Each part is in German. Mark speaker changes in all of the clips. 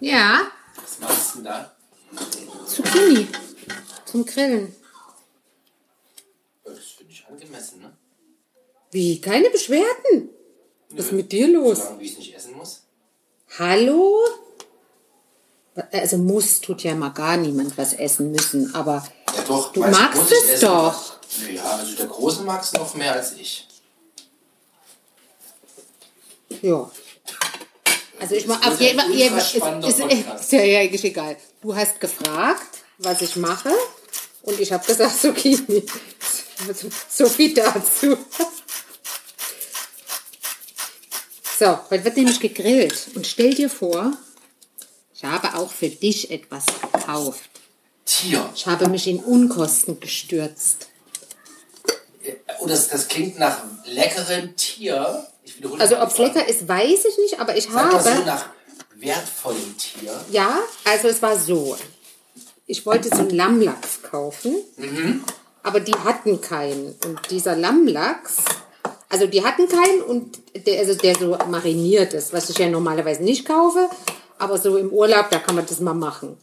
Speaker 1: Ja,
Speaker 2: Was machst du denn da?
Speaker 1: Zucchini zum Grillen.
Speaker 2: Das finde ich angemessen, ne?
Speaker 1: Wie? Keine Beschwerden? Was ist mit dir los?
Speaker 2: Solange wie ich es nicht essen muss.
Speaker 1: Hallo? Also muss tut ja mal gar niemand was essen müssen, aber
Speaker 2: Ja doch,
Speaker 1: Du
Speaker 2: manche
Speaker 1: magst
Speaker 2: muss ich
Speaker 1: es doch.
Speaker 2: Ja, also der Große mag es noch mehr als ich.
Speaker 1: ja. Also ich mache
Speaker 2: Das
Speaker 1: auf
Speaker 2: wird
Speaker 1: jeden Fall,
Speaker 2: ein
Speaker 1: ihr-
Speaker 2: ultra
Speaker 1: ist,
Speaker 2: spannender
Speaker 1: ist,
Speaker 2: Podcast.
Speaker 1: ist, ja, ja, ist egal. Du hast gefragt, was ich mache und ich habe gesagt Zucchini. So- So viel dazu. So, heute wird nämlich gegrillt und stell dir vor, ich habe auch für dich etwas gekauft.
Speaker 2: Tier.
Speaker 1: Ich habe mich in Unkosten gestürzt.
Speaker 2: Und Oh, das, das klingt nach leckerem Tier. Ich wiederhole
Speaker 1: Also
Speaker 2: das
Speaker 1: ob es
Speaker 2: nochmal.
Speaker 1: lecker ist, weiß ich nicht, aber ich
Speaker 2: Sag mal so
Speaker 1: habe.
Speaker 2: nach wertvollem Tier.
Speaker 1: Ja, also es war so. Ich wollte so einen Lammlachs kaufen, aber die hatten keinen. Und dieser Lammlachs, also die hatten keinen und der, also der so mariniert ist, was ich ja normalerweise nicht kaufe, aber so im Urlaub, da kann man das mal machen.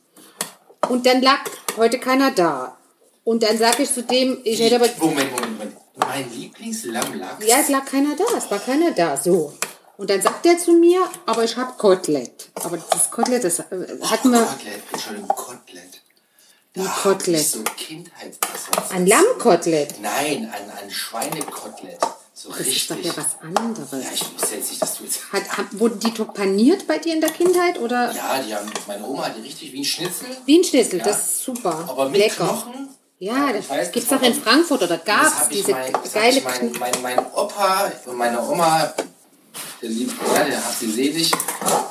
Speaker 1: Und dann lag heute keiner da. Und dann sage ich zu dem, ich hätte aber
Speaker 2: Moment, Moment, Moment. Mein Lieblingslammlachs.
Speaker 1: Ja, es lag keiner da, es war keiner da, so. Und dann sagt er zu mir, aber ich habe Kotelett. Aber das Kotelett, das äh, hatten wir
Speaker 2: Kotelett, Entschuldigung, Kotelett.
Speaker 1: ein
Speaker 2: Ach,
Speaker 1: Kotelett.
Speaker 2: nicht So Kindheitsersatz.
Speaker 1: Ein Lammkotelett.
Speaker 2: Nein, ein, ein Schweinekotelett. So
Speaker 1: Das ist doch
Speaker 2: richtig.
Speaker 1: ja was anderes.
Speaker 2: ja, ich wusste jetzt nicht, dass du jetzt.
Speaker 1: Hat, hat, wurden die topaniert bei dir in der Kindheit oder
Speaker 2: Ja, die haben, meine Oma hat die richtig wie ein Schnitzel.
Speaker 1: wie ein Schnitzel?
Speaker 2: Ja.
Speaker 1: Das ist super.
Speaker 2: Aber mit
Speaker 1: Lecker.
Speaker 2: Knochen?
Speaker 1: Ja,
Speaker 2: Ich weiß
Speaker 1: das
Speaker 2: nicht,
Speaker 1: gibt's doch
Speaker 2: warum.
Speaker 1: in Frankfurt oder
Speaker 2: Das
Speaker 1: gab's
Speaker 2: habe ich
Speaker 1: diese
Speaker 2: mein, das hab
Speaker 1: geile
Speaker 2: ich mein,
Speaker 1: Knochen.
Speaker 2: mein, mein Opa und meine Oma, der liebt, ja, der hat sie selig.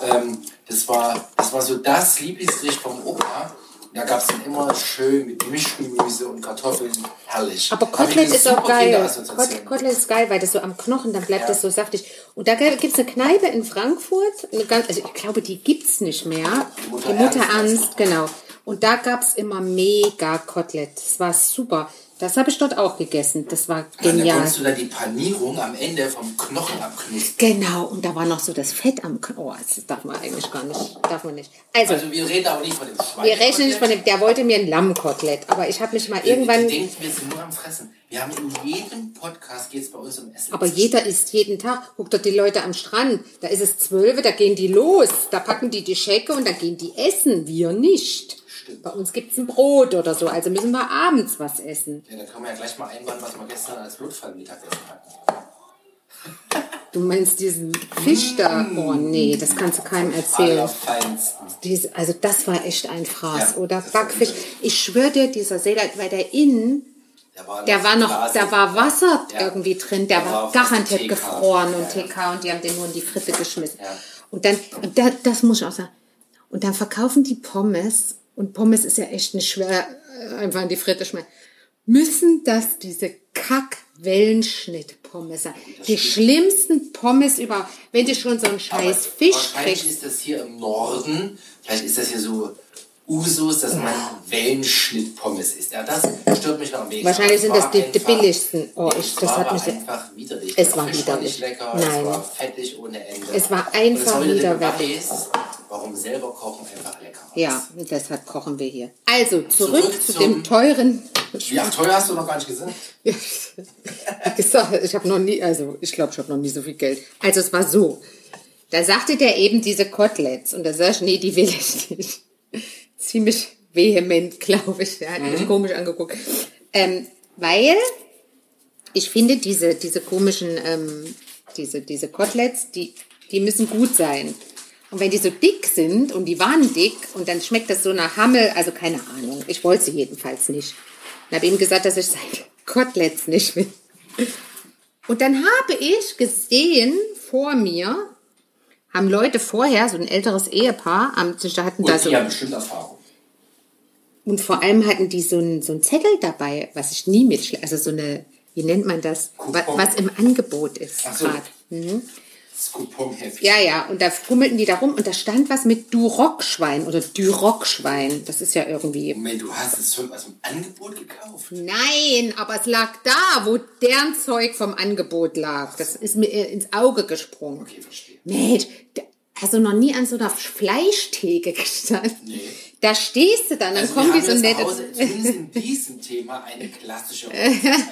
Speaker 2: Ähm, das, war, das war so das Lieblingsgericht vom Opa. Da gab es dann immer schön mit Mischgemüse und Kartoffeln. Herrlich.
Speaker 1: Aber
Speaker 2: Hab ich
Speaker 1: Kotelett
Speaker 2: eine
Speaker 1: ist auch
Speaker 2: super
Speaker 1: geil.
Speaker 2: Kinderassoziation.
Speaker 1: Kot Kotelett ist geil, weil das so am Knochen, dann bleibt
Speaker 2: Ja.
Speaker 1: das so saftig. Und da gibt es eine Kneipe in Frankfurt, eine ganz, also ich glaube, die gibt es nicht mehr.
Speaker 2: Die
Speaker 1: Die
Speaker 2: Mutter
Speaker 1: Mutter,
Speaker 2: Ernst.
Speaker 1: Ernst, genau. Und da gab es immer mega Kotelett. Das war super. Das habe ich dort auch gegessen. Das war
Speaker 2: Und dann
Speaker 1: genial.
Speaker 2: konntest du da die Panierung am Ende vom Knochen abknuspern.
Speaker 1: Genau, und da war noch so das Fett am Knochen. Oh, das darf man eigentlich gar nicht. Darf man nicht. Also,
Speaker 2: Also wir reden aber nicht von dem Schwein.
Speaker 1: wir rechnen nicht von dem, der wollte mir ein Lammkotelett, aber ich habe mich
Speaker 2: Äh,
Speaker 1: mal irgendwann.
Speaker 2: Die denken, wir sind nur am Fressen. Wir haben in jedem Podcast geht es bei uns um Essen.
Speaker 1: Aber jeder isst jeden Tag. Guck doch die Leute am Strand. Da ist es zwölf, da gehen die los. Da packen die die Schecke und dann gehen die essen. Wir nicht.
Speaker 2: Stimmt.
Speaker 1: Bei uns gibt's ein Brot oder so. Also müssen wir abends was essen.
Speaker 2: Ja, dann können wir ja gleich mal einbauen, was wir gestern als Blutfallmittagessen hatten.
Speaker 1: Du meinst diesen Fisch da?
Speaker 2: Mm.
Speaker 1: Oh nee, das kannst du keinem erzählen.
Speaker 2: Allerfeinsten.
Speaker 1: Dies, also das war echt ein Fraß,
Speaker 2: Ja,
Speaker 1: oder?
Speaker 2: das war
Speaker 1: Backfisch.
Speaker 2: übel.
Speaker 1: Ich schwöre dir, dieser Seeleit, weil der innen,
Speaker 2: Der war,
Speaker 1: der war noch,
Speaker 2: Glas-
Speaker 1: da war Wasser
Speaker 2: Also Ja.
Speaker 1: irgendwie drin, der,
Speaker 2: Der war
Speaker 1: war
Speaker 2: auf
Speaker 1: garantiert
Speaker 2: TK.
Speaker 1: gefroren und
Speaker 2: Ja, ja.
Speaker 1: TK und die haben den nur in die Fritte geschmissen.
Speaker 2: Ja.
Speaker 1: Und dann, und da, das muss ich auch sagen, und dann verkaufen die Pommes und Pommes ist ja echt nicht schwer, äh, einfach in die Fritte schmeißen. Müssen das diese Kack Wellenschnitt-Pommes sein? Die schlimmsten Pommes überhaupt. Wenn du schon so einen
Speaker 2: Aber
Speaker 1: scheiß Fisch
Speaker 2: Wahrscheinlich
Speaker 1: kriegst.
Speaker 2: ist das hier im Norden, vielleicht ist das hier so Usus, dass man Wellenschnitt-Pommes isst. Ja, das stört mich noch mega.
Speaker 1: Wahrscheinlich
Speaker 2: Es
Speaker 1: sind
Speaker 2: war
Speaker 1: das die- die
Speaker 2: einfach-
Speaker 1: billigsten. Oh,
Speaker 2: Nee,
Speaker 1: ich-
Speaker 2: es
Speaker 1: das
Speaker 2: war
Speaker 1: hat
Speaker 2: aber
Speaker 1: mich-
Speaker 2: einfach widerlich.
Speaker 1: Es
Speaker 2: Der
Speaker 1: war
Speaker 2: Fisch war nicht
Speaker 1: widerlich.
Speaker 2: lecker, es
Speaker 1: Nein.
Speaker 2: war fettig ohne Ende.
Speaker 1: Es war
Speaker 2: Und
Speaker 1: einfach
Speaker 2: das heute den
Speaker 1: widerwärtig.
Speaker 2: Weiß, warum selber kochen einfach lecker ist.
Speaker 1: Ja, deshalb kochen wir hier. Also, zurück,
Speaker 2: Zurück
Speaker 1: zu
Speaker 2: zum-
Speaker 1: dem teuren.
Speaker 2: Wie ach, teuer hast du noch gar nicht gesagt?
Speaker 1: Wie gesagt, ich habe noch nie, also ich glaube, ich habe noch nie so viel Geld. Also es war so. Da sagte der eben diese Koteletts und da sag ich, nee, die will ich nicht. Ziemlich vehement, glaube ich. Der hat mich komisch angeguckt. Ähm, weil ich finde, diese, diese komischen, ähm, diese, diese Koteletts, die, die müssen gut sein. Und wenn die so dick sind und die waren dick und dann schmeckt das so nach Hammel, also keine Ahnung. Ich wollte sie jedenfalls nicht. Und habe ihm gesagt, dass ich seine Koteletts nicht will. Und dann habe ich gesehen, vor mir haben Leute vorher, so ein älteres Ehepaar, am Tisch, da hatten
Speaker 2: Und
Speaker 1: da so.
Speaker 2: die haben bestimmt Erfahrung.
Speaker 1: Und vor allem hatten die so einen so einen Zettel dabei, was ich nie mitschle, also so eine, wie nennt man das,
Speaker 2: Coupon.
Speaker 1: Wa- was im Angebot ist.
Speaker 2: Ach so.
Speaker 1: grad.
Speaker 2: Das Coupon-Häppchen.
Speaker 1: Mhm. Ja, ja, und da fummelten die da rum und da stand was mit Durockschwein oder Durockschwein. Das ist ja irgendwie.
Speaker 2: Moment, du hast es schon aus dem Angebot gekauft.
Speaker 1: Mhm. Nein, aber es lag da, wo deren Zeug vom Angebot lag. Das ist mir äh, ins Auge gesprungen.
Speaker 2: Okay, verstehe.
Speaker 1: Mensch, da- Hast du noch nie an so einer Fleischtheke gestanden?
Speaker 2: Nee.
Speaker 1: Da stehst du dann, dann
Speaker 2: Also
Speaker 1: kommen
Speaker 2: wir
Speaker 1: die
Speaker 2: haben
Speaker 1: so
Speaker 2: ja zu
Speaker 1: nette.
Speaker 2: Hause, zumindest in diesem Thema eine klassische Hochzeit.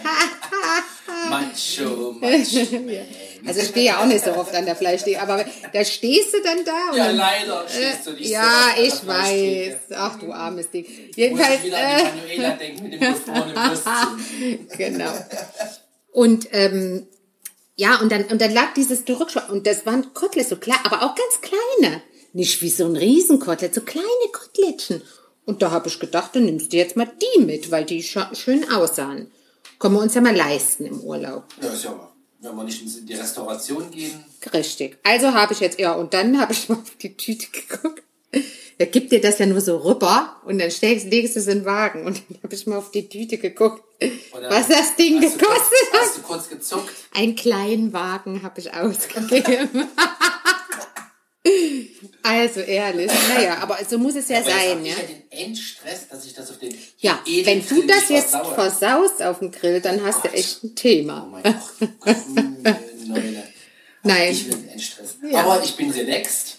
Speaker 2: Macho, Macho. Man.
Speaker 1: Also ich stehe ja auch nicht so oft an der Fleischtheke, aber da stehst du dann da und
Speaker 2: Ja,
Speaker 1: dann,
Speaker 2: leider stehst du nicht
Speaker 1: ja,
Speaker 2: so oft
Speaker 1: ich
Speaker 2: an der Fleischtheke.
Speaker 1: weiß. Ach du armes Ding.
Speaker 2: Muss ich
Speaker 1: Jedenfalls,
Speaker 2: wieder an
Speaker 1: äh,
Speaker 2: die Manuela denken mit dem gefrorenen Würstchen.
Speaker 1: genau. Und ähm, ja, und dann, und dann lag dieses Dürrückschwein, und das waren Koteletts, so klein, aber auch ganz kleine. Nicht wie so ein Riesenkotelett, so kleine Kotelettchen. Und da habe ich gedacht, du nimmst dir jetzt mal die mit, weil die scha- schön aussahen. Können wir uns ja mal leisten im Urlaub.
Speaker 2: Ja, ist ja wahr. Wenn wir nicht in die Restauration gehen,
Speaker 1: Richtig. Also habe ich jetzt, ja, und dann habe ich mal auf die Tüte geguckt. Er gibt dir das ja nur so rüber und dann steckst, legst du es in den Wagen. Und dann habe ich mal auf die Tüte geguckt,
Speaker 2: Oder
Speaker 1: was das Ding
Speaker 2: hast du
Speaker 1: gekostet
Speaker 2: kurz-
Speaker 1: hat.
Speaker 2: Hast du kurz gezuckt?
Speaker 1: Einen kleinen Wagen habe ich ausgegeben. also ehrlich, naja, aber so muss es ja
Speaker 2: Aber jetzt hab
Speaker 1: sein,
Speaker 2: ich
Speaker 1: ja.
Speaker 2: ja den Endstress, dass ich das auf den
Speaker 1: Ja,
Speaker 2: edlen
Speaker 1: wenn du
Speaker 2: Grill
Speaker 1: das
Speaker 2: nicht
Speaker 1: jetzt
Speaker 2: versauere.
Speaker 1: versaust auf dem Grill, dann hast du echt ein Thema.
Speaker 2: Oh mein Gott, grüne Neune.
Speaker 1: Nein.
Speaker 2: Ich will den Endstress. Aber ich bin relaxed.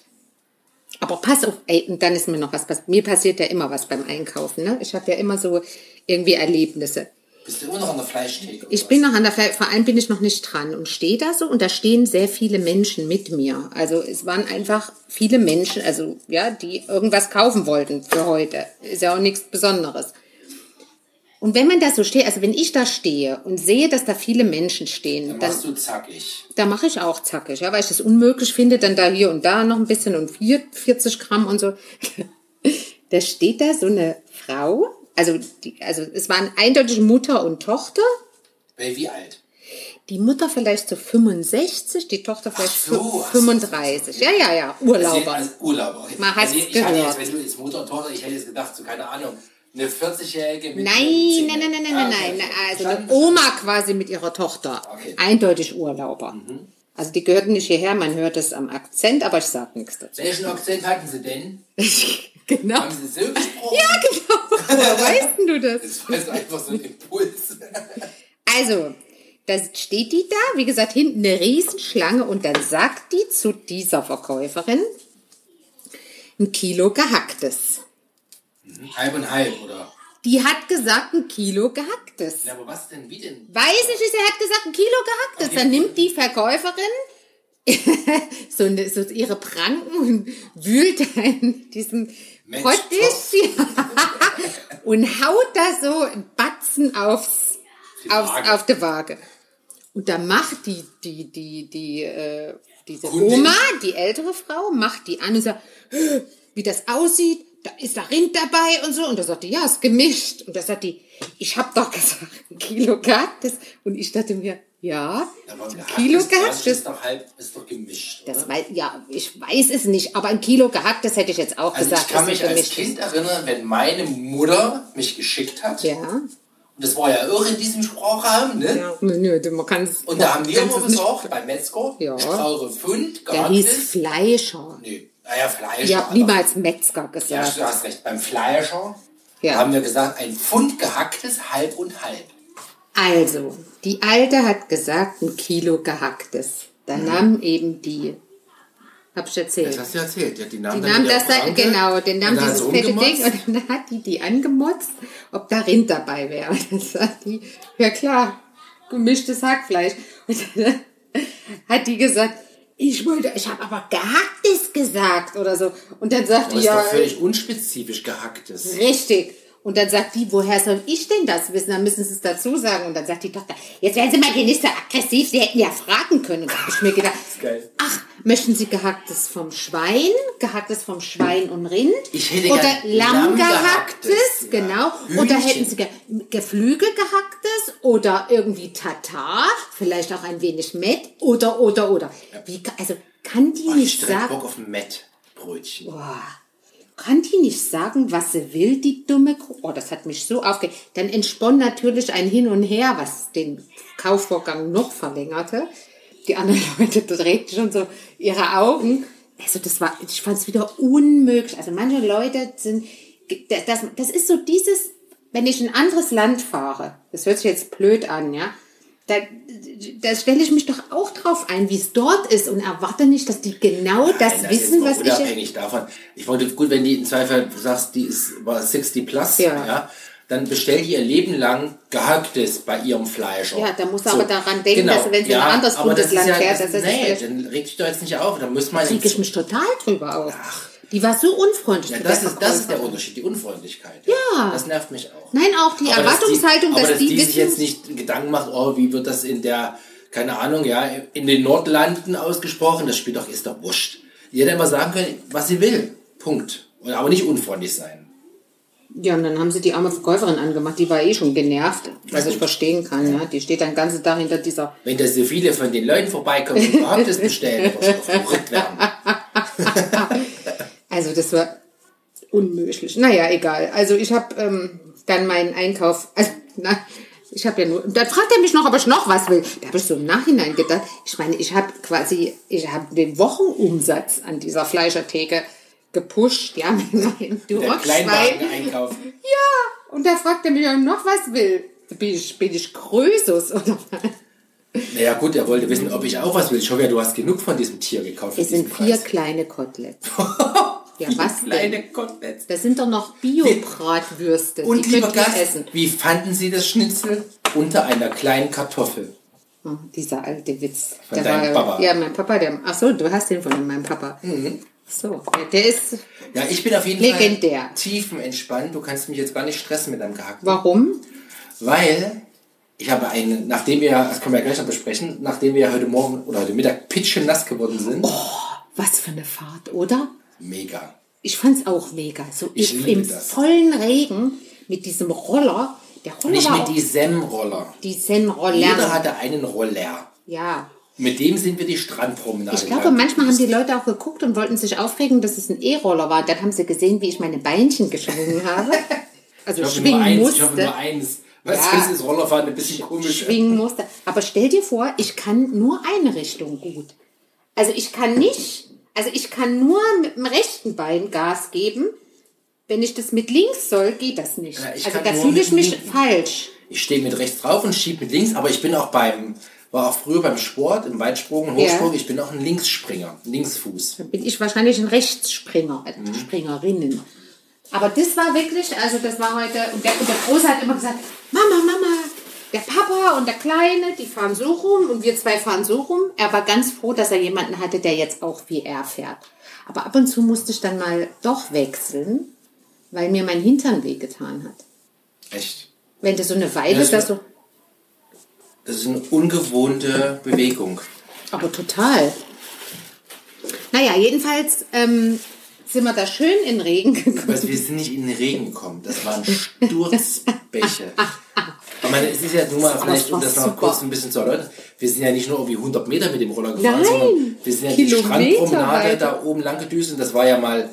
Speaker 1: Aber pass auf, ey, und dann ist mir noch was passiert. Mir passiert ja immer was beim Einkaufen, ne? Ich habe ja immer so irgendwie Erlebnisse.
Speaker 2: Bist du immer noch an der Fleischtheke? oder
Speaker 1: Ich
Speaker 2: was?
Speaker 1: bin noch an der, Fle- vor allem bin ich noch nicht dran und stehe da so und da stehen sehr viele Menschen mit mir. Also es waren einfach viele Menschen, also ja, die irgendwas kaufen wollten für heute. Ist ja auch nichts Besonderes. Und wenn man da so steht, also wenn ich da stehe und sehe, dass da viele Menschen stehen,
Speaker 2: Dann
Speaker 1: dann,
Speaker 2: machst du zackig.
Speaker 1: da mache ich auch zackig, ja, weil ich das unmöglich finde, dann da hier und da noch ein bisschen und vier, 40 Gramm und so. Da steht da so eine Frau, also, die, also es waren eindeutig Mutter und Tochter.
Speaker 2: Weil wie alt?
Speaker 1: Die Mutter vielleicht so 65, die Tochter vielleicht
Speaker 2: Ach so,
Speaker 1: fü-
Speaker 2: ach so,
Speaker 1: 35. Ja, ja, ja, Urlauber.
Speaker 2: Also Urlauber. Okay.
Speaker 1: Man hat's
Speaker 2: also ich hatte
Speaker 1: gehört.
Speaker 2: jetzt, wenn du jetzt Mutter und Tochter, ich hätte jetzt gedacht, so keine Ahnung, eine 40-Jährige mit.
Speaker 1: nein, nein, nein, nein,
Speaker 2: Ah,
Speaker 1: nein, nein, nein. Also eine Oma quasi mit ihrer Tochter.
Speaker 2: Okay. Mhm.
Speaker 1: Eindeutig Urlauber. Also die gehörten nicht hierher, man hört es am Akzent, aber ich sag nichts dazu.
Speaker 2: Welchen Akzent hatten sie denn?
Speaker 1: genau.
Speaker 2: Haben sie so gesprochen?
Speaker 1: Ja, genau. Woher weißt denn du das?
Speaker 2: Das war jetzt einfach so ein Impuls.
Speaker 1: Also, da steht die da, wie gesagt, hinten eine Riesenschlange und dann sagt die zu dieser Verkäuferin ein Kilo gehacktes.
Speaker 2: halb und halb, oder?
Speaker 1: Die hat gesagt, ein Kilo gehacktes.
Speaker 2: Ja, aber was denn, wie denn?
Speaker 1: Weiß ich nicht, er hat gesagt, ein Kilo gehacktes.
Speaker 2: Okay.
Speaker 1: Dann nimmt die Verkäuferin so, eine, so ihre Pranken und wühlt da in diesem
Speaker 2: Mensch,
Speaker 1: Kottich und haut da so einen Batzen aufs,
Speaker 2: Die
Speaker 1: aufs,
Speaker 2: Waage.
Speaker 1: auf die Waage. Und da macht die, die, die, die, äh, diese
Speaker 2: Kundin.
Speaker 1: Oma, die ältere Frau, macht die an und sagt, "Hö, wie das aussieht, da ist da Rind dabei und so. Und da sagt die, ja, ist gemischt. Und da sagt die, ich hab doch gesagt, ein Kilo gehacktes. Und ich dachte mir, ja,
Speaker 2: Aber
Speaker 1: ein
Speaker 2: gehacktes
Speaker 1: Kilo
Speaker 2: Fleisch
Speaker 1: gehacktes.
Speaker 2: Ist doch halb, ist doch gemischt, oder?
Speaker 1: Das weiß, ja, ich weiß es nicht, aber ein Kilo gehacktes hätte ich jetzt auch
Speaker 2: Also
Speaker 1: gesagt.
Speaker 2: ich kann
Speaker 1: dass es
Speaker 2: mich als
Speaker 1: gemischt
Speaker 2: Kind erinnern, wenn meine Mutter mich geschickt hat.
Speaker 1: ist. Ja.
Speaker 2: Und das war ja irre in diesem Sprachraum, ne?
Speaker 1: ja. Nö, du- man kann es.
Speaker 2: Und da haben wir
Speaker 1: kannst
Speaker 2: immer
Speaker 1: es nicht-
Speaker 2: besorgt, beim Metzger,
Speaker 1: Ja.
Speaker 2: saure Pfund,
Speaker 1: Der hieß
Speaker 2: gehacktes.
Speaker 1: Fleischer.
Speaker 2: Nee, naja, Fleisch.
Speaker 1: Ihr habt
Speaker 2: aber-
Speaker 1: niemals Metzger
Speaker 2: Ja,
Speaker 1: gesagt.
Speaker 2: du hast recht. Beim Fleischer
Speaker 1: Ja.
Speaker 2: haben wir gesagt, ein Pfund gehacktes, halb und halb.
Speaker 1: Also, die Alte hat gesagt, ein Kilo gehacktes. Dann
Speaker 3: Mhm.
Speaker 1: nahm eben die, hab ich erzählt.
Speaker 2: hast du erzählt. Ja, die
Speaker 1: die
Speaker 2: Namen
Speaker 1: nahm das, da, genau, den nahm dieses fette Ding und dann hat die die angemotzt, ob da Rind dabei wäre. Und dann sagt die, ja klar, gemischtes Hackfleisch. Und dann hat die gesagt, ich wollte, ich habe aber gehacktes gesagt oder so. Und dann sagt
Speaker 3: Das
Speaker 1: die,
Speaker 3: Oh, ist
Speaker 1: ja,
Speaker 3: doch völlig unspezifisch gehacktes.
Speaker 1: Richtig. Und dann sagt die, woher soll ich denn das wissen? Dann müssen sie es dazu sagen. Und dann sagt die Tochter, jetzt werden Sie mal hier nicht so aggressiv, Sie hätten ja fragen können. Und da habe ich mir gedacht,
Speaker 3: geil.
Speaker 1: ach, möchten Sie gehacktes vom Schwein, gehacktes vom Schwein und Rind?
Speaker 2: Ich hätte
Speaker 1: Oder
Speaker 2: gern
Speaker 1: Lamm
Speaker 2: Lamm
Speaker 1: gehacktes,
Speaker 2: gehacktes,
Speaker 1: genau.
Speaker 2: ja.
Speaker 1: Oder
Speaker 2: Hühnchen.
Speaker 1: hätten Sie ge Geflügel gehacktes oder irgendwie Tatar, vielleicht auch ein wenig Met oder, oder, oder. Wie, ka- also kann die
Speaker 3: Ich
Speaker 1: nicht
Speaker 3: direkt
Speaker 1: sagen,
Speaker 3: Bock auf ein Mettbrötchen.
Speaker 1: Boah, kann die nicht sagen, was sie will, die dumme Kuh? Oh, das hat mich so aufgeregt. Dann entspann natürlich ein Hin und Her, was den Kaufvorgang noch verlängerte. Die anderen Leute drehten schon so ihre Augen. Also das war, ich fand es wieder unmöglich. Also manche Leute sind, das, das ist so dieses, wenn ich in ein anderes Land fahre, das hört sich jetzt blöd an, ja, Da, da stelle ich mich doch auch drauf ein, wie es dort ist und erwarte nicht, dass die genau das
Speaker 2: Nein, ist
Speaker 1: wissen,
Speaker 2: jetzt mal
Speaker 1: was ich.
Speaker 2: unabhängig davon. Ich wollte gut, wenn die in Zweifel sagst, die ist war 60 plus,
Speaker 1: Ja.
Speaker 2: ja. dann bestellt die ihr Leben lang gehacktes bei ihrem Fleischer.
Speaker 1: Ja, da muss er aber daran denken, dass wenn sie in ein anderes
Speaker 2: aber das
Speaker 1: Bundesland
Speaker 2: ist ja,
Speaker 1: fährt, dass er sich
Speaker 2: Nee,
Speaker 1: vielleicht-
Speaker 2: dann reg dich doch jetzt nicht auf. Dann muss man
Speaker 1: reg ich mich total drüber auf. Die war so unfreundlich.
Speaker 2: ja,
Speaker 1: zu
Speaker 2: das,
Speaker 1: der
Speaker 2: ist, das ist der
Speaker 1: Verkäuferin.
Speaker 2: Unterschied, die Unfreundlichkeit. Ja. Das nervt mich auch.
Speaker 1: Nein, auch die
Speaker 2: Aber dass
Speaker 1: Erwartungshaltung,
Speaker 2: aber
Speaker 1: dass die
Speaker 2: sich
Speaker 1: wissen-
Speaker 2: jetzt nicht Gedanken macht, oh, wie wird das in der, keine Ahnung, ja, in den Nordlanden ausgesprochen, das spielt doch, ist doch wurscht. Die hätte immer sagen können, was sie will. Punkt. Und aber nicht unfreundlich sein.
Speaker 1: Ja, und dann haben sie die arme Verkäuferin angemacht, die war eh schon genervt, was ich
Speaker 2: gut.
Speaker 1: verstehen kann. Ja. Die steht dann ganze Tag hinter dieser.
Speaker 2: Wenn da so viele von den Leuten vorbeikommen und überhaupt das bestellen, muss ich doch verrückt werden.
Speaker 1: Also das war unmöglich. Naja, egal. Also ich habe ähm, dann meinen Einkauf. Also, na, ich habe ja nur. Dann fragt er mich noch, ob ich noch was will. Da habe ich so im Nachhinein gedacht. Ich meine, ich habe quasi, ich habe den Wochenumsatz an dieser Fleischertheke gepusht. Ja, mit meinem du
Speaker 2: Der
Speaker 1: Rockschwein.
Speaker 2: Kleinwagen-Einkauf.
Speaker 1: Und da fragt er mich, ob ich noch was will. Bin ich, bin ich Krösus oder was?
Speaker 2: Naja gut, er wollte wissen, ob ich auch was will. Ich hoffe ja, du hast genug von diesem Tier gekauft.
Speaker 1: Es
Speaker 2: für diesen
Speaker 1: sind vier
Speaker 2: Preis.
Speaker 1: kleine Koteletts. ja, was denn?
Speaker 2: kleine Koteletts.
Speaker 1: Das sind doch noch Bio-Bratwürste.
Speaker 2: Und
Speaker 1: die
Speaker 2: lieber
Speaker 1: könnt ihr
Speaker 2: Gast,
Speaker 1: essen.
Speaker 2: wie fanden Sie das Schnitzel? Unter einer kleinen Kartoffel.
Speaker 1: Oh, dieser alte Witz.
Speaker 2: Von deinem
Speaker 1: war,
Speaker 2: Papa. Mhm.
Speaker 1: Ja, mein Papa, der. Ach so, du hast den von meinem Papa. So, ja, der ist.
Speaker 2: Ja, ich bin auf jeden
Speaker 1: Legendär.
Speaker 2: Fall tiefenentspannt. Du kannst mich jetzt gar nicht stressen mit deinem Gehackten.
Speaker 1: Warum?
Speaker 2: Weil ich habe einen, nachdem wir, das können wir ja gleich noch besprechen, nachdem wir ja heute Morgen oder heute Mittag pitschen nass geworden sind.
Speaker 1: Oh. Was für eine Fahrt, oder?
Speaker 2: Mega.
Speaker 1: Ich fand's auch mega. So
Speaker 2: Ich
Speaker 1: im-
Speaker 2: liebe
Speaker 1: im
Speaker 2: das.
Speaker 1: vollen Regen mit diesem Roller. Der Roller
Speaker 2: Nicht
Speaker 1: war
Speaker 2: mit
Speaker 1: auch
Speaker 2: diesem Roller.
Speaker 1: die Zen-Roller.
Speaker 2: Jeder Ah, hatte einen Roller.
Speaker 1: ja.
Speaker 2: Mit dem sind wir die Strandpromenade.
Speaker 1: Ich glaube,
Speaker 2: lang.
Speaker 1: manchmal haben die Leute auch geguckt und wollten sich aufregen, dass es ein E-Roller war. Dann haben sie gesehen, wie ich meine Beinchen geschwungen habe. Also
Speaker 2: ich hoffe, nur
Speaker 1: schwingen
Speaker 2: eins, Ich hoffe
Speaker 1: musste.
Speaker 2: nur eins. Weißt
Speaker 1: Ja.
Speaker 2: du, das ist Rollerfahren ein bisschen komisch.
Speaker 1: Schwingen musste. Aber stell dir vor, ich kann nur eine Richtung gut. Also ich kann nicht, also ich kann nur mit dem rechten Bein Gas geben. Wenn ich das mit links soll, geht das nicht.
Speaker 2: Ja, ich
Speaker 1: also
Speaker 2: kann
Speaker 1: da
Speaker 2: nur
Speaker 1: fühle
Speaker 2: mit
Speaker 1: ich mich
Speaker 2: linken.
Speaker 1: falsch.
Speaker 2: ich stehe mit rechts drauf und schiebe mit links, aber ich bin auch beim, war auch früher beim Sport, im Weitsprung, im Hochsprung,
Speaker 1: Ja.
Speaker 2: ich bin auch ein Linksspringer, ein Linksfuß.
Speaker 1: Dann bin ich wahrscheinlich ein Rechtsspringer, äh,
Speaker 2: Mhm.
Speaker 1: Springerinnen. Aber das war wirklich, also das war heute, und der, und der Große hat immer gesagt, Mama, Mama, der Papa und der Kleine, die fahren so rum und wir zwei fahren so rum. Er war ganz froh, dass er jemanden hatte, der jetzt auch wie er fährt. Aber ab und zu musste ich dann mal doch wechseln, weil mir mein Hintern wehgetan hat.
Speaker 2: Echt.
Speaker 1: Wenn du so eine Weile,
Speaker 2: Ja, das-
Speaker 1: das so,
Speaker 2: Das ist eine ungewohnte Bewegung.
Speaker 1: Aber total. Naja, jedenfalls ähm, sind wir da schön in den Regen gekommen.
Speaker 2: Aber wir sind nicht in den Regen gekommen, das waren Sturzbäche. Ich meine, es ist ja nun mal vielleicht, um
Speaker 1: war
Speaker 2: das mal
Speaker 1: super.
Speaker 2: kurz ein bisschen zu erläutern, wir sind ja nicht nur irgendwie 100 Meter mit dem Roller gefahren,
Speaker 1: Nein,
Speaker 2: sondern wir sind ja
Speaker 1: Kilometer
Speaker 2: die Strandpromenade
Speaker 1: weit.
Speaker 2: da oben lang gedüst und das war ja mal,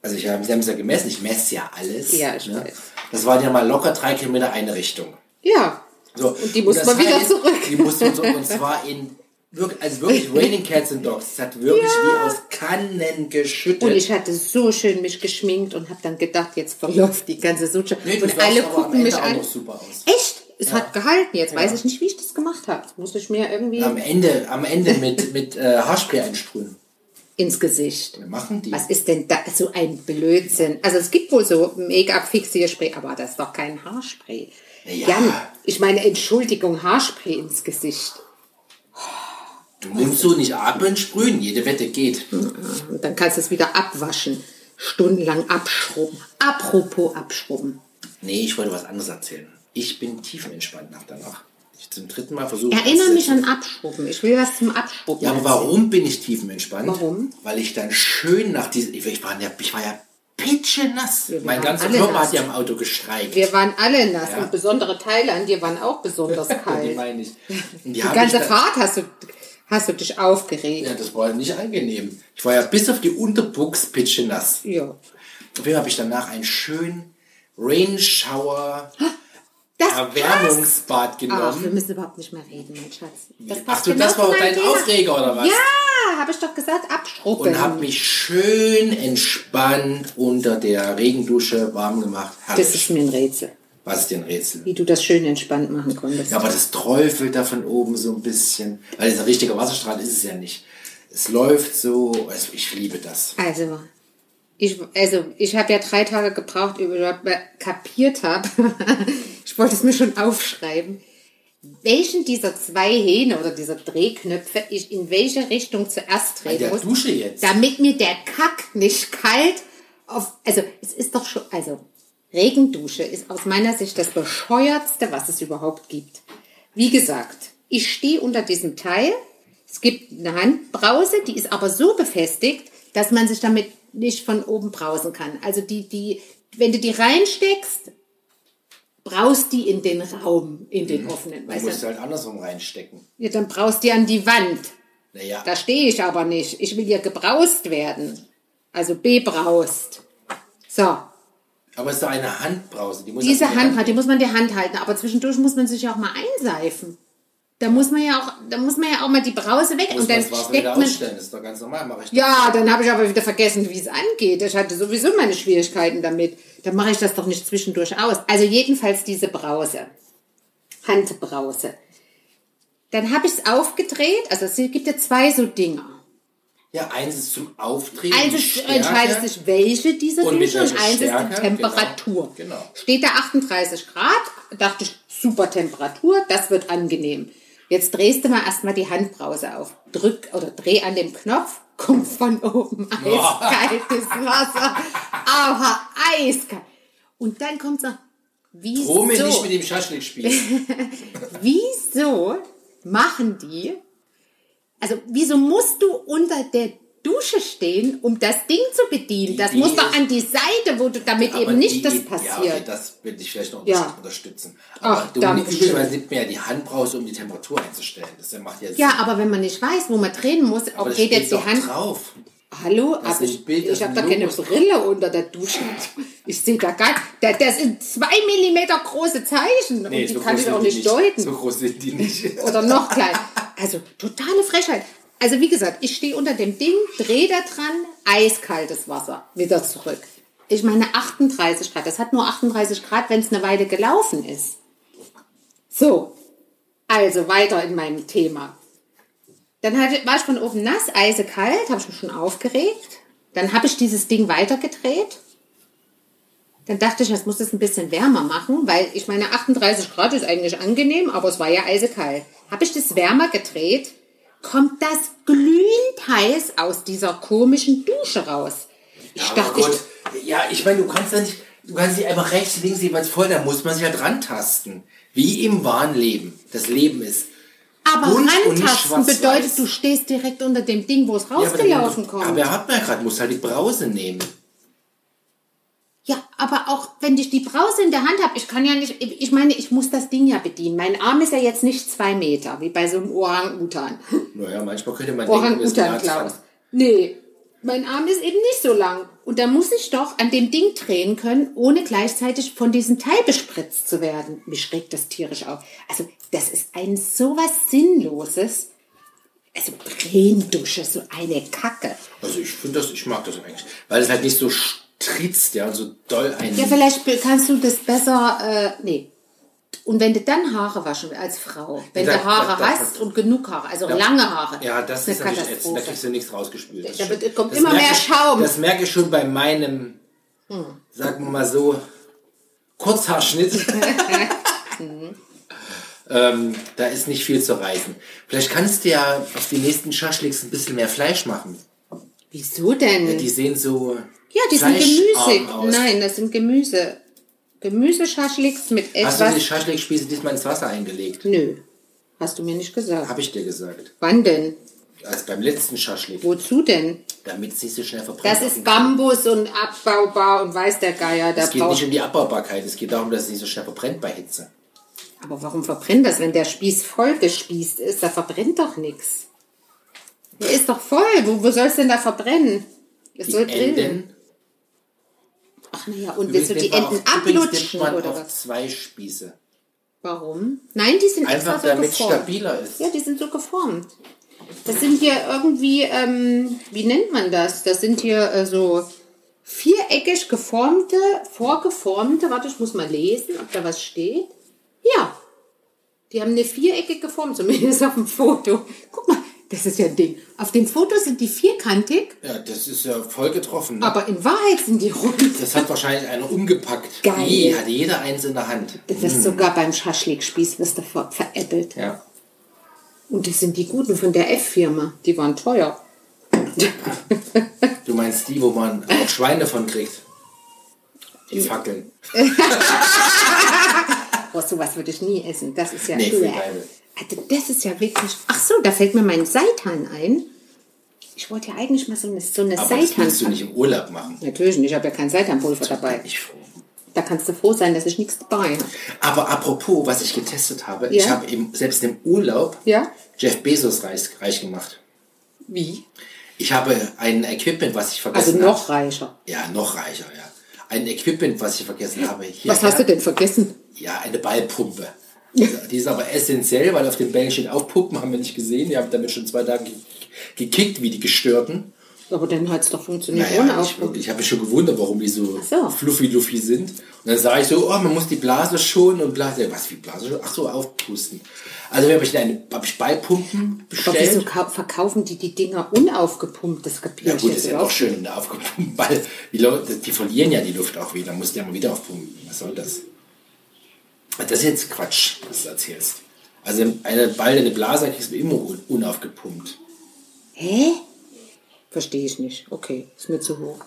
Speaker 2: also ich habe es ja gemessen, ich messe ja alles. ne?
Speaker 1: Ja, ich weiß.
Speaker 2: Das waren ja mal locker drei Kilometer eine Richtung.
Speaker 1: Ja.
Speaker 2: So,
Speaker 1: Und die mussten
Speaker 2: das
Speaker 1: wir wieder zurück.
Speaker 2: Die mussten wir zurück. Und zwar in wirklich, also wirklich Raining Cats and Dogs. Es hat wirklich wie aus Kannen geschüttet.
Speaker 1: Und ich hatte so schön mich geschminkt und habe dann gedacht, jetzt verläuft die ganze Sutsche.
Speaker 2: Nee, du
Speaker 1: und
Speaker 2: sahst
Speaker 1: alle
Speaker 2: aber am
Speaker 1: gucken
Speaker 2: Ende
Speaker 1: mich
Speaker 2: auch
Speaker 1: an.
Speaker 2: noch super aus.
Speaker 1: Echt? Es hat gehalten. Jetzt weiß ich nicht, wie ich das gemacht habe. Das muss ich mir irgendwie
Speaker 2: am Ende, am Ende mit, mit äh, Haarspray einsprühen.
Speaker 1: ins Gesicht.
Speaker 2: Wir machen die.
Speaker 1: Was ist denn da so ein Blödsinn? Also es gibt wohl so Make-up-Fixierspray, aber das ist doch kein Haarspray.
Speaker 2: Naja.
Speaker 1: Jan, ich meine, Entschuldigung, Haarspray ins Gesicht.
Speaker 2: Du nimmst so nicht atmen, sprühen. Jede Wette geht. Mhm.
Speaker 1: Und dann kannst du es wieder abwaschen. Stundenlang abschrubben. Apropos abschrubben.
Speaker 2: Nee, ich wollte was anderes erzählen. Ich bin tiefenentspannt nach danach. Ich zum dritten Mal versuche.
Speaker 1: Erinnere
Speaker 2: das-
Speaker 1: mich an Abschrubben. Ich will was zum Abschrubben.
Speaker 2: Ja, aber
Speaker 1: erzählen.
Speaker 2: warum bin ich tiefenentspannt?
Speaker 1: Warum?
Speaker 2: Weil ich dann schön nach diesem. Ich war ja, ich war ja pitschenass.
Speaker 1: Wir
Speaker 2: Mein
Speaker 1: waren
Speaker 2: ganzer
Speaker 1: alle
Speaker 2: Körper
Speaker 1: nass.
Speaker 2: hat ja im Auto gestreikt.
Speaker 1: Wir waren alle nass
Speaker 2: Ja.
Speaker 1: und besondere Teile an dir waren auch besonders
Speaker 2: Die
Speaker 1: kalt.
Speaker 2: meine ich. Und die
Speaker 1: Die
Speaker 2: hab
Speaker 1: ganze
Speaker 2: ich dann-
Speaker 1: Fahrt hast du, hast du dich aufgeregt.
Speaker 2: Ja, das war nicht angenehm. Ich war ja bis auf die Unterbuchs pitschenass.
Speaker 1: Ja.
Speaker 2: Auf jeden Fall habe ich danach einen schönen Rain Shower
Speaker 1: Das passt.
Speaker 2: Erwärmungsbad
Speaker 1: Ach, wir
Speaker 2: genommen.
Speaker 1: müssen überhaupt nicht mehr reden, mein Schatz. Das
Speaker 2: Ach
Speaker 1: passt
Speaker 2: du, das war
Speaker 1: genau
Speaker 2: auch
Speaker 1: zu
Speaker 2: dein
Speaker 1: meinem Thema.
Speaker 2: Aufreger oder was?
Speaker 1: Ja, habe ich doch gesagt, abschrubben.
Speaker 2: Und habe mich schön entspannt unter der Regendusche warm gemacht.
Speaker 1: das ist
Speaker 2: Herrlich.
Speaker 1: mir ein Rätsel.
Speaker 2: Was ist dir ein Rätsel?
Speaker 1: Wie du das schön entspannt machen konntest.
Speaker 2: Ja, aber das träufelt da von oben so ein bisschen. Weil es ein richtiger Wasserstrahl ist es ja nicht. Es läuft so. Also ich liebe das.
Speaker 1: Also, ich, also, ich habe ja drei Tage gebraucht, über überhaupt mal kapiert habe. ich wollte es mir schon aufschreiben. Welchen dieser zwei Hähne oder dieser Drehknöpfe ich in welche Richtung zuerst
Speaker 2: In
Speaker 1: drehen
Speaker 2: der
Speaker 1: muss,
Speaker 2: Dusche jetzt.
Speaker 1: damit mir der Kack nicht kalt auf. Also, es ist doch schon. Also, Regendusche ist aus meiner Sicht das bescheuertste, was es überhaupt gibt. Wie gesagt, ich stehe unter diesem Teil. Es gibt eine Handbrause, die ist aber so befestigt, dass man sich damit nicht von oben brausen kann. Also, die, die, wenn du die reinsteckst, braust die in den Raum, in den offenen.
Speaker 2: Man
Speaker 1: Weißt
Speaker 2: muss
Speaker 1: du?
Speaker 2: halt andersrum reinstecken.
Speaker 1: Ja, dann braust die an die Wand.
Speaker 2: Naja.
Speaker 1: Da stehe ich aber nicht. Ich will ja gebraust werden. Also bebraust. So,
Speaker 2: Aber es ist doch eine Handbrause. Die muss halt
Speaker 1: diese
Speaker 2: auf die
Speaker 1: Hand, die muss man die Hand halten, aber zwischendurch muss man sich ja auch mal einseifen. Da muss man ja auch, da muss man ja auch mal die Brause weg
Speaker 2: Muss
Speaker 1: und dann
Speaker 2: man das Wasser wieder
Speaker 1: steckt man.
Speaker 2: ausstellen. Das ist doch ganz normal. Mach ich
Speaker 1: Ja, dann habe ich aber wieder vergessen, wie es angeht. Ich hatte sowieso meine Schwierigkeiten damit. Dann mache ich das doch nicht zwischendurch aus. Also jedenfalls diese Brause. Handbrause. Dann habe ich es aufgedreht. Also es gibt ja zwei so Dinger.
Speaker 2: Ja, eins ist zum Auftreten.
Speaker 1: Eins
Speaker 2: die
Speaker 1: ist,
Speaker 2: Stärke.
Speaker 1: entscheidet sich, welche dieser
Speaker 2: Und mit
Speaker 1: Dusche und
Speaker 2: welcher
Speaker 1: eins ist
Speaker 2: Stärke,
Speaker 1: die Temperatur.
Speaker 2: genau, genau.
Speaker 1: Steht da 38 Grad, dachte ich, super Temperatur, das wird angenehm. Jetzt drehst du mal erstmal die Handbrause auf. Drück oder dreh an dem Knopf, kommt von oben eiskaltes Wasser. Aber eiskalt. Und dann kommt so, wieso?
Speaker 2: Drum mir nicht mit dem Schaschlik spielen.
Speaker 1: wieso machen die, also wieso musst du unter der Dusche stehen, um das Ding zu bedienen? Das
Speaker 2: Idee
Speaker 1: muss doch
Speaker 2: ist-
Speaker 1: an die Seite, wo du damit
Speaker 2: Aber
Speaker 1: eben nicht
Speaker 2: die-
Speaker 1: das
Speaker 2: Ja, okay,
Speaker 1: passiert.
Speaker 2: das will ich vielleicht noch
Speaker 1: Ja.
Speaker 2: unterstützen. Aber
Speaker 1: Ach,
Speaker 2: du
Speaker 1: danke schön.
Speaker 2: üblicherweise nimmt mir ja die Handbrause, um die Temperatur einzustellen. Das macht ja Sinn.
Speaker 1: Ja, aber wenn man nicht weiß, wo man drehen muss,
Speaker 2: Aber
Speaker 1: ob
Speaker 2: das
Speaker 1: geht
Speaker 2: steht
Speaker 1: jetzt die
Speaker 2: doch
Speaker 1: Hand.
Speaker 2: drauf.
Speaker 1: Hallo,
Speaker 2: Das
Speaker 1: aber
Speaker 2: ist
Speaker 1: ich,
Speaker 2: ein Bild, das
Speaker 1: ich habe
Speaker 2: ist
Speaker 1: da
Speaker 2: ein
Speaker 1: keine
Speaker 2: Logo.
Speaker 1: Brille unter der Dusche. Ich sehe da gar da, Das sind zwei Millimeter große Zeichen und die kann ich auch nicht deuten.
Speaker 2: So groß sind die nicht.
Speaker 1: oder noch klein. Also totale Frechheit. Also wie gesagt, ich stehe unter dem Ding, drehe da dran, eiskaltes Wasser wieder zurück. Ich meine 38 Grad. Das hat nur 38 Grad, wenn es eine Weile gelaufen ist. So, also weiter in meinem Thema. Dann hatte, war ich von oben nass, eisekalt, habe ich mich schon aufgeregt. Dann habe ich dieses Ding weitergedreht. Dann dachte ich, das muss es ein bisschen wärmer machen, weil ich meine, 38 Grad ist eigentlich angenehm, aber es war ja eisekalt. Habe ich das wärmer gedreht, kommt das glühend heiß aus dieser komischen Dusche raus. Ich
Speaker 2: Ja, aber
Speaker 1: dachte,
Speaker 2: gut. Ja, ich meine, du kannst ja nicht, du kannst nicht einfach rechts, links, jeweils voll, da muss man sich halt rantasten. Wie im wahren Leben. Das Leben ist.
Speaker 1: ich, aber
Speaker 2: bunt und nicht
Speaker 1: rantasten
Speaker 2: schwarz-weiß.
Speaker 1: bedeutet, du stehst direkt unter dem Ding, wo es rausgelaufen
Speaker 2: ja, aber,
Speaker 1: kommt.
Speaker 2: dann- aber hat man ja gerade, muss halt die Brause nehmen.
Speaker 1: Ja, aber auch wenn ich die Brause in der Hand habe, ich kann ja nicht, ich meine, ich muss das Ding ja bedienen. Mein Arm ist ja jetzt nicht zwei Meter, wie bei so einem Orang-Utan.
Speaker 2: Naja, manchmal könnte man denken, wir sind
Speaker 1: Orang-Utan,
Speaker 2: Arzt.
Speaker 1: Klaus. Nee, mein Arm ist eben nicht so lang. Und da muss ich doch an dem Ding drehen können, ohne gleichzeitig von diesem Teil bespritzt zu werden. Mich regt das tierisch auf. Also, das ist ein sowas Sinnloses. Also, Brendusche, so eine Kacke.
Speaker 2: Also ich finde das, ich mag das eigentlich. Weil es halt nicht so stritzt, ja, und so doll ein.
Speaker 1: Ja, vielleicht be- kannst du das besser. Äh, nee. Und wenn du dann Haare waschen willst, als Frau, wenn
Speaker 2: Ja,
Speaker 1: du Haare
Speaker 2: ja, das-
Speaker 1: hast und genug Haare, also lange Haare.
Speaker 2: ja, das
Speaker 1: eine
Speaker 2: ist natürlich ätzend. Da
Speaker 1: Katastrophe.
Speaker 2: kriegst du nichts rausgespült. Das
Speaker 1: Da
Speaker 2: stimmt.
Speaker 1: wird- kommt
Speaker 2: Das
Speaker 1: immer
Speaker 2: merke
Speaker 1: mehr
Speaker 2: ich-
Speaker 1: Schaum.
Speaker 2: Das merke ich schon bei meinem, sagen wir mal so, Kurzhaarschnitt. ähm, da ist nicht viel zu reißen. Vielleicht kannst du ja auf die nächsten Schaschliks ein bisschen mehr Fleisch machen.
Speaker 1: Wieso denn?
Speaker 2: Die sehen so.
Speaker 1: Hm. ja, die sind
Speaker 2: fleischarm
Speaker 1: gemüsig.
Speaker 2: aus.
Speaker 1: Nein, das sind Gemüse. Gemüseschaschliks mit
Speaker 2: Hast du die
Speaker 1: etwas.
Speaker 2: Schaschlikspieße diesmal ins Wasser eingelegt?
Speaker 1: Nö. Hast du mir nicht gesagt.
Speaker 2: Habe ich dir gesagt.
Speaker 1: Wann denn?
Speaker 2: Als beim letzten Schaschlik.
Speaker 1: Wozu denn?
Speaker 2: damit es nicht so schnell verbrennt.
Speaker 1: Das ist Bambus und abbaubar und weiß der Geier. Da
Speaker 2: Es geht nicht
Speaker 1: braucht.
Speaker 2: um die Abbaubarkeit, es geht darum, dass es nicht so schnell verbrennt bei Hitze.
Speaker 1: Aber warum verbrennt das, wenn der Spieß vollgespießt ist? Da verbrennt doch nichts. Der ist doch voll. Wo, wo soll es denn da verbrennen? Es
Speaker 2: Die
Speaker 1: soll drin.
Speaker 2: Enden,
Speaker 1: Ach naja, und
Speaker 2: übrigens
Speaker 1: willst du die
Speaker 2: nimmt man
Speaker 1: Enden
Speaker 2: auch- übrigens nimmt
Speaker 1: ablutschen
Speaker 2: man
Speaker 1: oder
Speaker 2: auch
Speaker 1: was?
Speaker 2: zwei Spieße.
Speaker 1: Warum? Nein, die sind
Speaker 2: Einfach
Speaker 1: extra so
Speaker 2: damit es
Speaker 1: geformt.
Speaker 2: stabiler ist.
Speaker 1: Ja, die sind so geformt. Das sind hier irgendwie, ähm, wie nennt man das? Das sind hier äh, so viereckig geformte, vorgeformte, warte, ich muss mal lesen, ob da was steht. Ja, die haben eine viereckige geformt, zumindest auf dem Foto. Guck mal, das ist ja ein Ding. Auf dem Foto sind die vierkantig,
Speaker 2: Ja, das ist ja voll getroffen. Ne?
Speaker 1: aber in Wahrheit sind die rund.
Speaker 2: Das hat wahrscheinlich einer umgepackt.
Speaker 1: Geil.
Speaker 2: Nee, hat jeder eins in der Hand.
Speaker 1: Das ist sogar beim Schaschlikspieß, wirst du ver veräppelt.
Speaker 2: Ja.
Speaker 1: Und das sind die guten von der F-Firma. Die waren teuer.
Speaker 2: Du meinst die, wo man auch Schweine von kriegt? Die Fackeln.
Speaker 1: Oh, sowas würde ich nie essen. Das ist ja
Speaker 2: Nee,
Speaker 1: cool.
Speaker 2: Fleischgeil.
Speaker 1: Also das ist ja wirklich. Ach so, da fällt mir mein Seitan ein. Ich wollte ja eigentlich mal so eine, so eine
Speaker 2: Aber das
Speaker 1: Seitan.
Speaker 2: willst du nicht im Urlaub machen.
Speaker 1: Natürlich, nicht, ich habe ja kein Seitanpulver dabei.
Speaker 2: Ich froh.
Speaker 1: Da kannst du froh sein, dass ich nichts dabei habe.
Speaker 2: Aber apropos, was ich getestet habe, ich
Speaker 1: Ja?
Speaker 2: habe eben selbst im Urlaub
Speaker 1: Ja?
Speaker 2: Jeff Bezos reich, reich gemacht.
Speaker 1: Wie?
Speaker 2: Ich habe ein Equipment, was ich
Speaker 1: Also
Speaker 2: vergessen
Speaker 1: noch reicher.
Speaker 2: habe. Ja, noch reicher, ja. Ein Equipment, was ich vergessen habe. Hier,
Speaker 1: Was hast
Speaker 2: ja.
Speaker 1: du denn vergessen?
Speaker 2: Ja, eine Ballpumpe. Also, Die ist aber essentiell, weil auf den Bällen steht auch Puppen, haben wir nicht gesehen. Die haben damit schon zwei Tage ge- gekickt, wie die Gestörten.
Speaker 1: Aber dann hat es doch funktioniert ohne
Speaker 2: Naja, ich,
Speaker 1: Aufbau.
Speaker 2: ich habe mich schon gewundert, warum die so,
Speaker 1: Ach so.
Speaker 2: fluffy-luffy sind. Und dann sah ich so, oh, man muss die Blase schonen und Blase. Was, wie Blase schonen? Ach so, aufpusten. Also habe ich eine hab ich Ballpumpen
Speaker 1: Aber wieso
Speaker 2: bestellt.
Speaker 1: ka- verkaufen die die Dinger unaufgepumpt? Das kapiere
Speaker 2: Ja
Speaker 1: ich
Speaker 2: gut,
Speaker 1: jetzt
Speaker 2: ist ja
Speaker 1: überhaupt
Speaker 2: auch schön, eine aufgepumpten Ball. Die Leute, die verlieren ja die Luft auch wieder, musst du ja mal wieder aufpumpen. Was soll das? Ah, Das ist jetzt Quatsch, was du erzählst. Also eine Ball, eine Blase kriegst du immer un- unaufgepumpt.
Speaker 1: Hä? Verstehe ich nicht. Okay, ist mir zu hoch.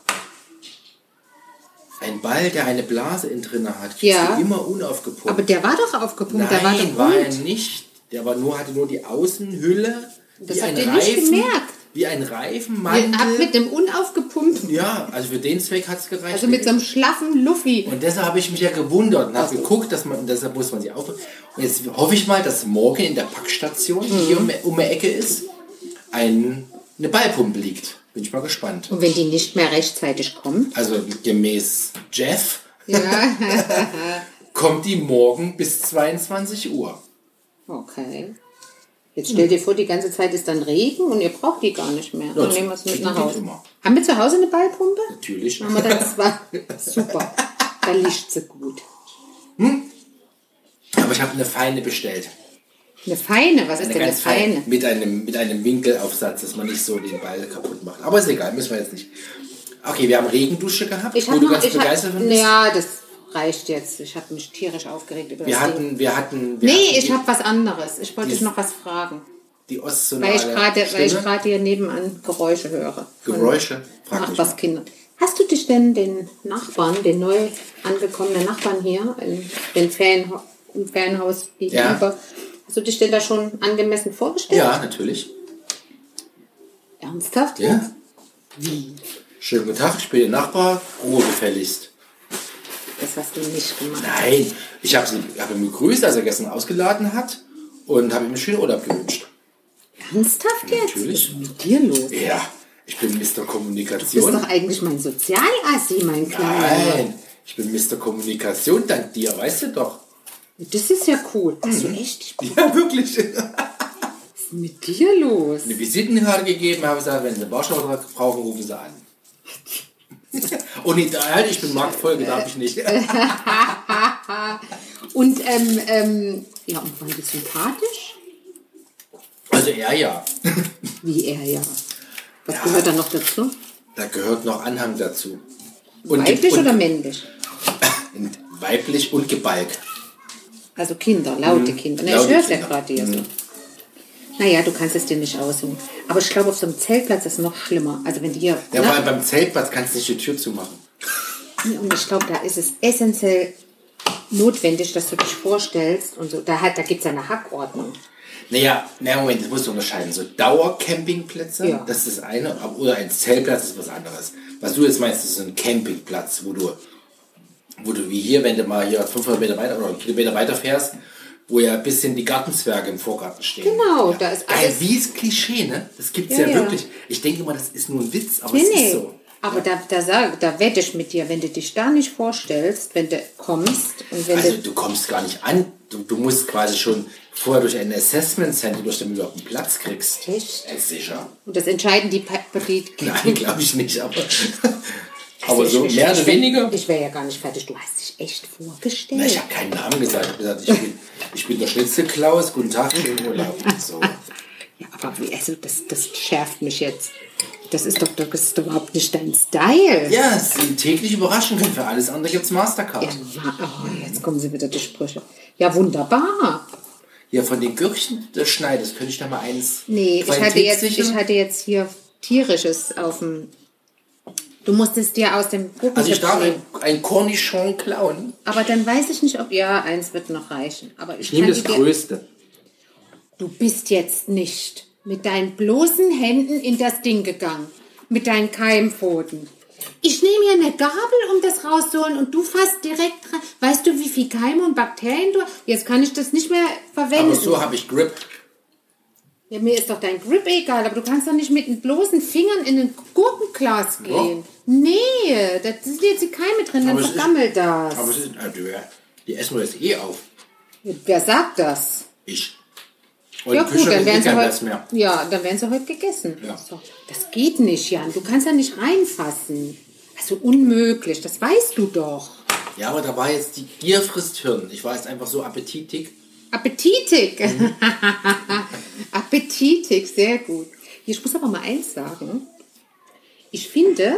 Speaker 2: Ein Ball, der eine Blase in drinne hat, kriegst
Speaker 1: Ja.
Speaker 2: du immer unaufgepumpt.
Speaker 1: Aber der war doch aufgepumpt, der war
Speaker 2: Nein,
Speaker 1: doch
Speaker 2: war, er
Speaker 1: gut.
Speaker 2: nicht. Der war nur, hatte nur die Außenhülle.
Speaker 1: Das habt ihr nicht gemerkt.
Speaker 2: Wie ein Reifenmantel.
Speaker 1: Ihr habt mit dem unaufgepumpten,
Speaker 2: ja, also für den Zweck hat es gereicht.
Speaker 1: also mit so einem schlaffen Luffy.
Speaker 2: und deshalb habe ich mich ja gewundert und habe geguckt, dass man, und deshalb muss man sie auf. Und jetzt hoffe ich mal, dass morgen in der Packstation, die
Speaker 1: Mhm.
Speaker 2: hier um, um die Ecke ist, ein, eine Ballpumpe liegt. Bin ich mal gespannt.
Speaker 1: Und wenn die nicht mehr rechtzeitig kommen?
Speaker 2: Also gemäß Jeff
Speaker 1: Ja.
Speaker 2: kommt die morgen bis 22 Uhr.
Speaker 1: Okay. Jetzt stell dir vor, die ganze Zeit ist dann Regen und ihr braucht die gar nicht mehr. Dann
Speaker 2: das
Speaker 1: nehmen wir es mit
Speaker 2: kriegen
Speaker 1: nach
Speaker 2: die
Speaker 1: Hause.
Speaker 2: immer.
Speaker 1: Haben wir zu Hause eine Ballpumpe?
Speaker 2: Natürlich.
Speaker 1: Haben wir dann zwei. Super. Da liegt sie gut.
Speaker 2: Aber ich habe eine feine bestellt.
Speaker 1: Eine feine, was ist
Speaker 2: Eine
Speaker 1: denn eine
Speaker 2: ganz feine.
Speaker 1: feine?
Speaker 2: Mit einem, mit einem Winkelaufsatz, dass man nicht so den Ball kaputt macht. Aber ist egal, müssen wir jetzt nicht. Okay, wir haben Regendusche gehabt,
Speaker 1: Ich
Speaker 2: wo
Speaker 1: habe
Speaker 2: du
Speaker 1: noch,
Speaker 2: ganz
Speaker 1: ich
Speaker 2: begeistert
Speaker 1: hab,
Speaker 2: von bist.
Speaker 1: ja, das reicht jetzt. Ich habe mich tierisch aufgeregt über
Speaker 2: Wir
Speaker 1: das Ding.
Speaker 2: hatten, wir hatten, wir hatten
Speaker 1: Nee, ich
Speaker 2: die,
Speaker 1: habe was anderes. Ich wollte
Speaker 2: Die-
Speaker 1: dich noch was fragen,
Speaker 2: die
Speaker 1: weil ich gerade,
Speaker 2: Ostsonale
Speaker 1: weil ich
Speaker 2: Stimme.
Speaker 1: gerade hier nebenan Geräusche höre.
Speaker 2: Geräusche? Frag
Speaker 1: Ach,
Speaker 2: mich
Speaker 1: was
Speaker 2: mal.
Speaker 1: Kinder. Hast du dich denn den Nachbarn, den neu angekommenen Nachbarn hier, in, den Fan, im Fanhaus gegenüber, hast du dich denn da schon angemessen vorgestellt?
Speaker 2: Ja, natürlich.
Speaker 1: Ernsthaft?
Speaker 2: Ja. Schönen guten Tag, ich bin Ihr Nachbar. Ruhe gefälligst.
Speaker 1: Das hast du nicht gemacht.
Speaker 2: Nein, ich habe hab ihn begrüßt, als er gestern ausgeladen hat und habe ihm einen schönen Urlaub gewünscht.
Speaker 1: Ernsthaft jetzt?
Speaker 2: Natürlich.
Speaker 1: Was ist mit dir los?
Speaker 2: Ja, ich bin Mr.
Speaker 1: Du bist
Speaker 2: Kommunikation.
Speaker 1: doch eigentlich mein Sozialassi, mein Kleiner.
Speaker 2: Nein, ich bin Mr. Kommunikation dank dir, weißt du doch.
Speaker 1: Das ist ja cool. Dass
Speaker 2: Mhm.
Speaker 1: du echt was
Speaker 2: Ja, wirklich.
Speaker 1: ist mit dir los?
Speaker 2: eine Visitenkarte gegeben, habe gesagt, wenn sie einen Bauschauer brauchen, rufen sie an. Und nicht, halt, ich bin Marktfolge, darf ich nicht.
Speaker 1: Und ähm, ähm, ja, und waren die sympathisch?
Speaker 2: Also er ja.
Speaker 1: Wie er ja. Was gehört da noch dazu?
Speaker 2: Da gehört noch Anhang dazu. Und
Speaker 1: Weiblich
Speaker 2: und,
Speaker 1: oder männlich?
Speaker 2: und Weiblich und gebalgt.
Speaker 1: Also Kinder, laute Kinder. Na, ich
Speaker 2: Mhm. laute
Speaker 1: höre es ja
Speaker 2: Kinder. Mhm.
Speaker 1: gerade hier so. Naja, du kannst es dir nicht aussuchen. Aber ich glaube, auf so einem Zeltplatz ist es noch schlimmer. Also wenn die hier...
Speaker 2: Ja,
Speaker 1: na,
Speaker 2: vor allem beim Zeltplatz kannst du nicht die Tür zumachen.
Speaker 1: und ich glaube, da ist es essentiell notwendig, dass du dich vorstellst. Und so. da, hat- da gibt es ja eine Hackordnung.
Speaker 2: Naja, na Moment, das musst du unterscheiden. So Dauercampingplätze,
Speaker 1: Ja.
Speaker 2: das ist das eine, aber- oder ein Zeltplatz ist was anderes. Was du jetzt meinst, ist so ein Campingplatz, wo du, wo du wie hier, wenn du mal hier 500 Meter weiter oder einen Kilometer weiter fährst, wo ja ein bisschen die Gartenzwerge im Vorgarten stehen.
Speaker 1: Genau,
Speaker 2: ja.
Speaker 1: da ist
Speaker 2: Geil,
Speaker 1: alles-
Speaker 2: wie es Klischee, ne? Das gibt's
Speaker 1: Ja,
Speaker 2: ja,
Speaker 1: ja.
Speaker 2: wirklich. Ich denke immer, das ist nur ein Witz, aber
Speaker 1: Nee,
Speaker 2: es
Speaker 1: nee.
Speaker 2: ist so.
Speaker 1: Aber da, da, sag, da wette ich mit dir, wenn du dich da nicht vorstellst, wenn du kommst und wenn
Speaker 2: Also
Speaker 1: du...
Speaker 2: du kommst gar nicht an. Du, du musst quasi schon vorher durch ein Assessment Center, durch damit du überhaupt einen Platz kriegst.
Speaker 1: Echt?
Speaker 2: Ja, sicher.
Speaker 1: Und das entscheiden die... Pa die
Speaker 2: Nein, glaube ich nicht, aber Aber so
Speaker 1: ich,
Speaker 2: mehr
Speaker 1: ich,
Speaker 2: oder
Speaker 1: wär-
Speaker 2: weniger.
Speaker 1: Ich wäre ja gar nicht fertig. Du hast dich echt vorgestellt.
Speaker 2: Na, ich habe keinen Namen gesagt. Ich habe gesagt, ich bin, ich bin der schnellste Klaus. Guten Tag, schönen Urlaub. So.
Speaker 1: ja, aber wie, also das, das schärft mich jetzt. Das ist doch, das ist doch überhaupt nicht dein Style.
Speaker 2: Ja, es sind täglich Überraschungen. Für alles andere gibt es Mastercard.
Speaker 1: Ja, wa- oh, jetzt kommen sie wieder die Sprüche. Ja, wunderbar.
Speaker 2: Ja, von den Gürkchen des Schneiders könnte ich da mal eins.
Speaker 1: Nee, ich hatte, jetzt,
Speaker 2: qualitätssicher-
Speaker 1: ich hatte jetzt hier tierisches auf dem. Du musstest dir aus dem
Speaker 2: Also ich
Speaker 1: Gurkentopf
Speaker 2: darf
Speaker 1: nehmen.
Speaker 2: ein, ein Cornichon klauen.
Speaker 1: Aber dann weiß ich nicht, ob. Ja, eins wird noch reichen. Aber
Speaker 2: Ich
Speaker 1: ich,
Speaker 2: nehme das
Speaker 1: kann dir-
Speaker 2: Größte.
Speaker 1: Du bist jetzt nicht mit deinen bloßen Händen in das Ding gegangen. Mit deinen Keimpfoten. Ich nehme hier eine Gabel, um das rauszuholen und du fasst direkt dran. Weißt du, wie viel Keime und Bakterien du... Jetzt kann ich das nicht mehr verwenden.
Speaker 2: Aber so habe ich Grip.
Speaker 1: ja, mir ist doch dein Grip egal, aber du kannst doch nicht mit den bloßen Fingern in ein Gurkenglas gehen. Nee, da sind jetzt die Keime drin, dann
Speaker 2: Aber es ist-
Speaker 1: vergammelt das.
Speaker 2: Aber es ist, ah, die, die essen wir jetzt eh auf.
Speaker 1: Wer sagt das?
Speaker 2: Ich. Und
Speaker 1: ja
Speaker 2: die
Speaker 1: gut, dann
Speaker 2: hat eh
Speaker 1: werden sie halt-
Speaker 2: keinen
Speaker 1: heute,
Speaker 2: Platz mehr.
Speaker 1: ja, dann werden sie heute gegessen.
Speaker 2: Ja.
Speaker 1: So, das geht nicht, Jan. Du kannst ja nicht reinfassen. Also unmöglich, das weißt du doch.
Speaker 2: Ja, aber da war jetzt die Gier frisst Hirn. Ich war jetzt einfach so appetitig.
Speaker 1: Appetitig. Appetitig, sehr gut. Hier, Ich muss aber mal eins sagen. Ich finde,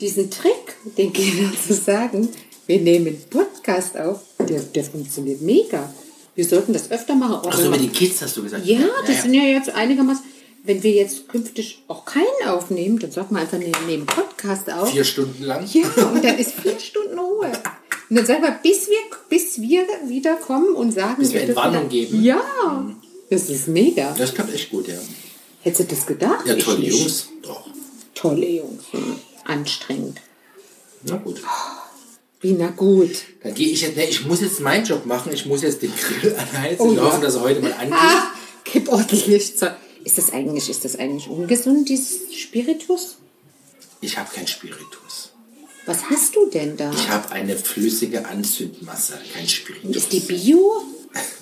Speaker 1: diesen Trick, den Kindern zu sagen, wir nehmen einen Podcast auf, der, der funktioniert mega. Wir sollten das öfter machen. auch wenn
Speaker 2: Achso,
Speaker 1: man-
Speaker 2: mit den Kids hast du gesagt.
Speaker 1: Ja, das
Speaker 2: ja.
Speaker 1: sind ja jetzt einigermaßen. Wenn wir jetzt künftig auch keinen aufnehmen, dann sagt man einfach, wir nehmen Podcast auf.
Speaker 2: Vier Stunden lang.
Speaker 1: Ja, und dann ist vier Stunden Ruhe. Und dann sagen wir, bis wir, bis wir wieder kommen und sagen,
Speaker 2: Bis wir
Speaker 1: dürfen
Speaker 2: Entwarnung
Speaker 1: dann-
Speaker 2: geben.
Speaker 1: Ja, das ist mega.
Speaker 2: Das klappt echt gut, ja.
Speaker 1: Hättest du das gedacht?
Speaker 2: Ja,
Speaker 1: Ich
Speaker 2: tolle
Speaker 1: nicht.
Speaker 2: Jungs. Doch.
Speaker 1: Tolle Jungs. Hm, Anstrengend.
Speaker 2: Na gut.
Speaker 1: Wie na gut.
Speaker 2: Dann gehe ich jetzt, ne, ich muss jetzt meinen Job machen. Ich muss jetzt den Grill anheizen.
Speaker 1: Oh
Speaker 2: und
Speaker 1: ja.
Speaker 2: hoffen, dass er heute mal angeht.
Speaker 1: Ah, gib ordentlich Zeug. Ist das eigentlich, ist das eigentlich ungesund, dieses Spiritus?
Speaker 2: Ich habe kein Spiritus.
Speaker 1: Was hast du denn da?
Speaker 2: Ich habe eine flüssige Anzündmasse, kein Spiritus.
Speaker 1: Ist die Bio?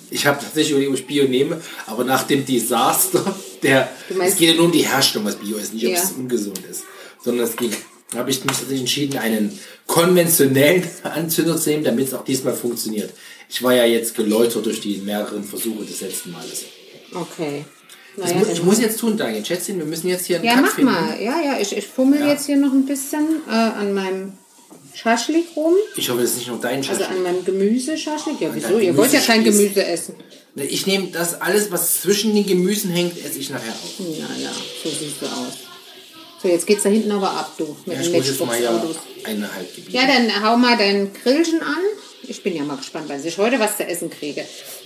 Speaker 2: Ich habe tatsächlich überlegt, ob ich Bio nehme, aber nach dem Desaster, der,
Speaker 1: Du meinst-
Speaker 2: es geht ja nur um die Herstellung, was Bio ist, nicht ob
Speaker 1: Ja.
Speaker 2: es ungesund ist, sondern es ging, habe ich mich tatsächlich entschieden, einen konventionellen Anzünder zu nehmen, damit es auch diesmal funktioniert. Ich war ja jetzt geläutert durch die mehreren Versuche des letzten Males.
Speaker 1: Okay.
Speaker 2: Das
Speaker 1: Naja,
Speaker 2: muss,
Speaker 1: dann-
Speaker 2: ich muss jetzt tun, Daniel. Schätzchen, wir müssen jetzt hier einen
Speaker 1: ja,
Speaker 2: Cut
Speaker 1: mach
Speaker 2: finden.
Speaker 1: mal. Ja, ja, ich, ich fummel
Speaker 2: ne? Ja.
Speaker 1: jetzt hier noch ein bisschen äh, an meinem Schaschlik rum.
Speaker 2: Ich hoffe, das ist nicht nur dein Scheiß.
Speaker 1: Also an meinem Gemüseschaschlik. Ja, wieso?
Speaker 2: deinem
Speaker 1: Ihr wollt ja kein
Speaker 2: Gemüsespieß.
Speaker 1: Gemüse essen.
Speaker 2: ich nehme das alles, was zwischen den Gemüsen hängt, esse ich nachher auch.
Speaker 1: Ja, ja, so siehst du aus. So, jetzt geht's da hinten aber ab, du, mit
Speaker 2: Ja,
Speaker 1: den
Speaker 2: ich muss jetzt mal ja
Speaker 1: Matchbox-Autos.
Speaker 2: eineinhalb Gebiete.
Speaker 1: Ja, dann hau mal dein Grillchen an. Ich bin ja mal gespannt, was ich heute was zu essen kriege.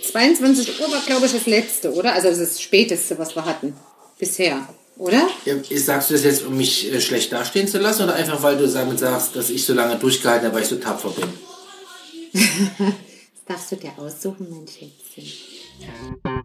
Speaker 1: 22 Uhr war, glaube ich, das letzte, oder? Also das ist das Späteste, was wir hatten. Bisher, oder?
Speaker 2: Ja, sagst du das jetzt, um mich äh, schlecht dastehen zu lassen oder einfach, weil du damit sagst, dass ich so lange durchgehalten habe, weil ich so tapfer bin?
Speaker 1: Das darfst du dir aussuchen, mein Schätzchen.